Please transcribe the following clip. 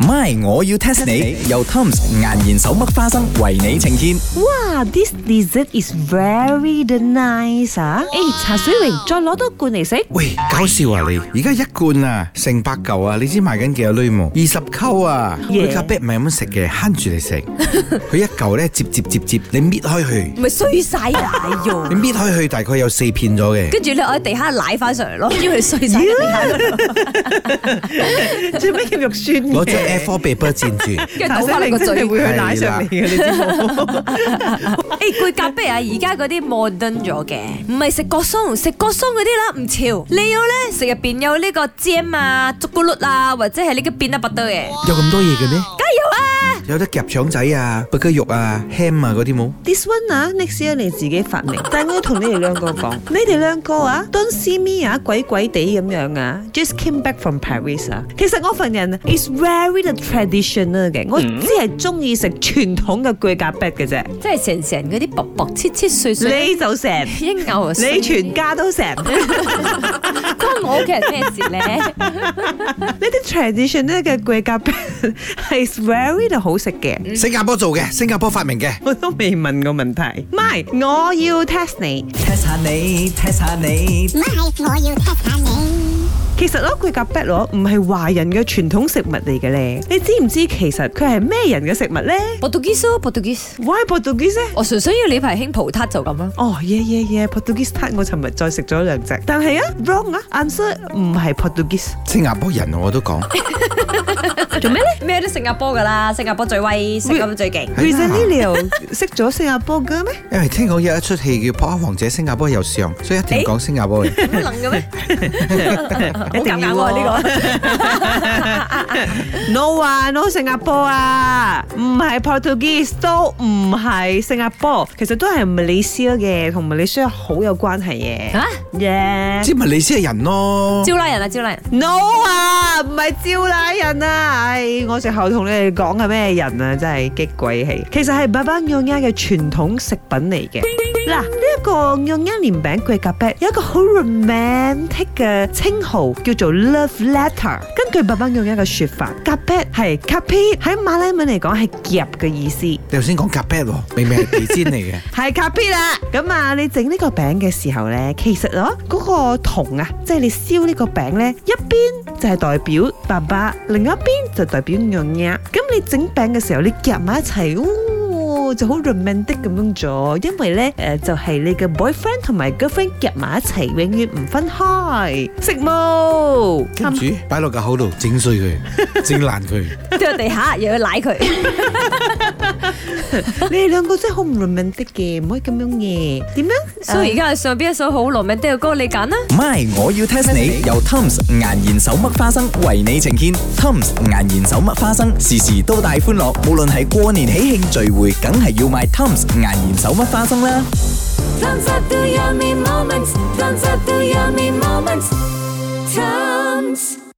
My，我要 test 你。由 Tom's 岩鹽手剝花生為你呈現。哇！This dessert is very the nice ah. 啊！誒，茶水榮再攞多罐嚟食。喂，搞笑啊你！而家一罐啊，成百嚿啊，你知賣緊幾多鐳冇？二十溝啊！ Yeah 佢咖啡唔係咁樣食嘅，慳住嚟食。佢一嚿咧，接接接接，你搣開去，咪衰晒啊！哎呦你，搣開去大概有四片咗嘅。跟住咧我喺地下舐翻上嚟咯，因為衰晒喺地下嗰度，做咩咁肉酸嘅攞隻 F4 paper 墊住，跟茶住倒水翻明落個真係嘴。會去奶上嚟嘅，你知冇？誒，攰咖啡啊！而家嗰啲 modern 咗嘅，唔係食角松，食角松嗰啲啦，唔潮。你要咧食入邊有呢個 jam 啊、朱古力啊，或者係呢個 peanut butter 嘅。有咁多嘢嘅咩？加油啊！有得夾腸仔啊、白雞肉啊、ham 啊嗰啲冇？ This one 啊，next year 你自己發明，但我要同你哋兩個講，你哋兩個啊，Don't ah. see me 啊，鬼鬼地咁樣啊，just ah. came back from Paris ah. 啊。其實我份人 is very the traditional 嘅，我只係中意食傳統嘅鋸夾餅嘅啫。即係成成嗰啲薄薄切切碎碎，你就成，一咬啊！你全家都成。關我屋企人咩事咧？呢啲 traditional 嘅鋸夾餅 係 very the 好食嘅。新加坡做嘅，新加坡發明嘅。我都未問過問題。唔係，我要 test 你。 test 下你，test 下你。 My，我要 test 下你。其實咯，佢夾筆螺唔係華人嘅傳統食物嚟嘅咧。你知唔知其實佢係咩人嘅食物咧，Portuguese 咯，Portuguese。 ？Why Portuguese Oh, 呢我純粹要你排興葡撻就咁啦。哦耶耶耶，Portuguese tart 我尋日再食咗兩隻，但係啊 wrong 啊，answer 唔係 Portuguese。新加坡人我都講，做咩咧？咩都新加坡噶啦，新加坡最威，新加坡最勁。 r e s e n t l y 識咗新加坡嘅咩？因為聽講有一出戲叫《破殼王者》，新加坡有上，所以一定講新加坡嘅。咁能嘅咩？一好尷尬喎呢個。 No 啊，no 新加坡啊，唔係 Portuguese 都唔係新加坡，其實都係 Malaysia 嘅，同 Malaysia 好有關係嘅。嚇？耶知咪你先係人咯？啊招拉人啊，招拉人。 No 啊，唔係招奶人啊！唉，我直頭同你哋講嘅咩人啊，真係激鬼氣。其實係爸爸娘丫嘅傳統食品嚟嘅。嗱，呢一個娘丫蓮餅桂夾餅有一個好 romantic 嘅稱號，叫做 Love Letter。根據爸爸娘丫嘅説法，夾餅係 c a p i 喺馬來文嚟講係夾嘅意思。你頭先講夾 b 喎，明明係地氈嚟嘅。係卡 B 啦，咁啊，你整呢個餅嘅時候呢，其實咯嗰、個銅啊，即係你燒呢個餅呢，一邊就係代表爸爸，另一邊就代表娘娘。咁你整餅嘅時候，你夾埋一齊，哦，就好 romantic 咁樣咗，因為呢，誒、就係、你嘅 boyfriend 同埋 girlfriend 夾埋一齊，永遠唔分開，食冇？跟住擺落個口度整碎佢，整爛佢。掉地下又要舐佢，你哋兩個真係好唔 romantic 嘅，唔可以咁樣嘅。點樣？所以而家上邊一首好羅密歐嘅歌，你揀啦。 My，我要 test 你。由 Tom's 岩鹽手剝花生為你呈現。Tom's 岩鹽手剝花生，時時都大歡樂。無論係過年喜慶聚會，梗係要買 Tom's 岩鹽手剝花生啦。 Thumbs up the yummy moments. Thumbs up the yummy moments. Thumbs.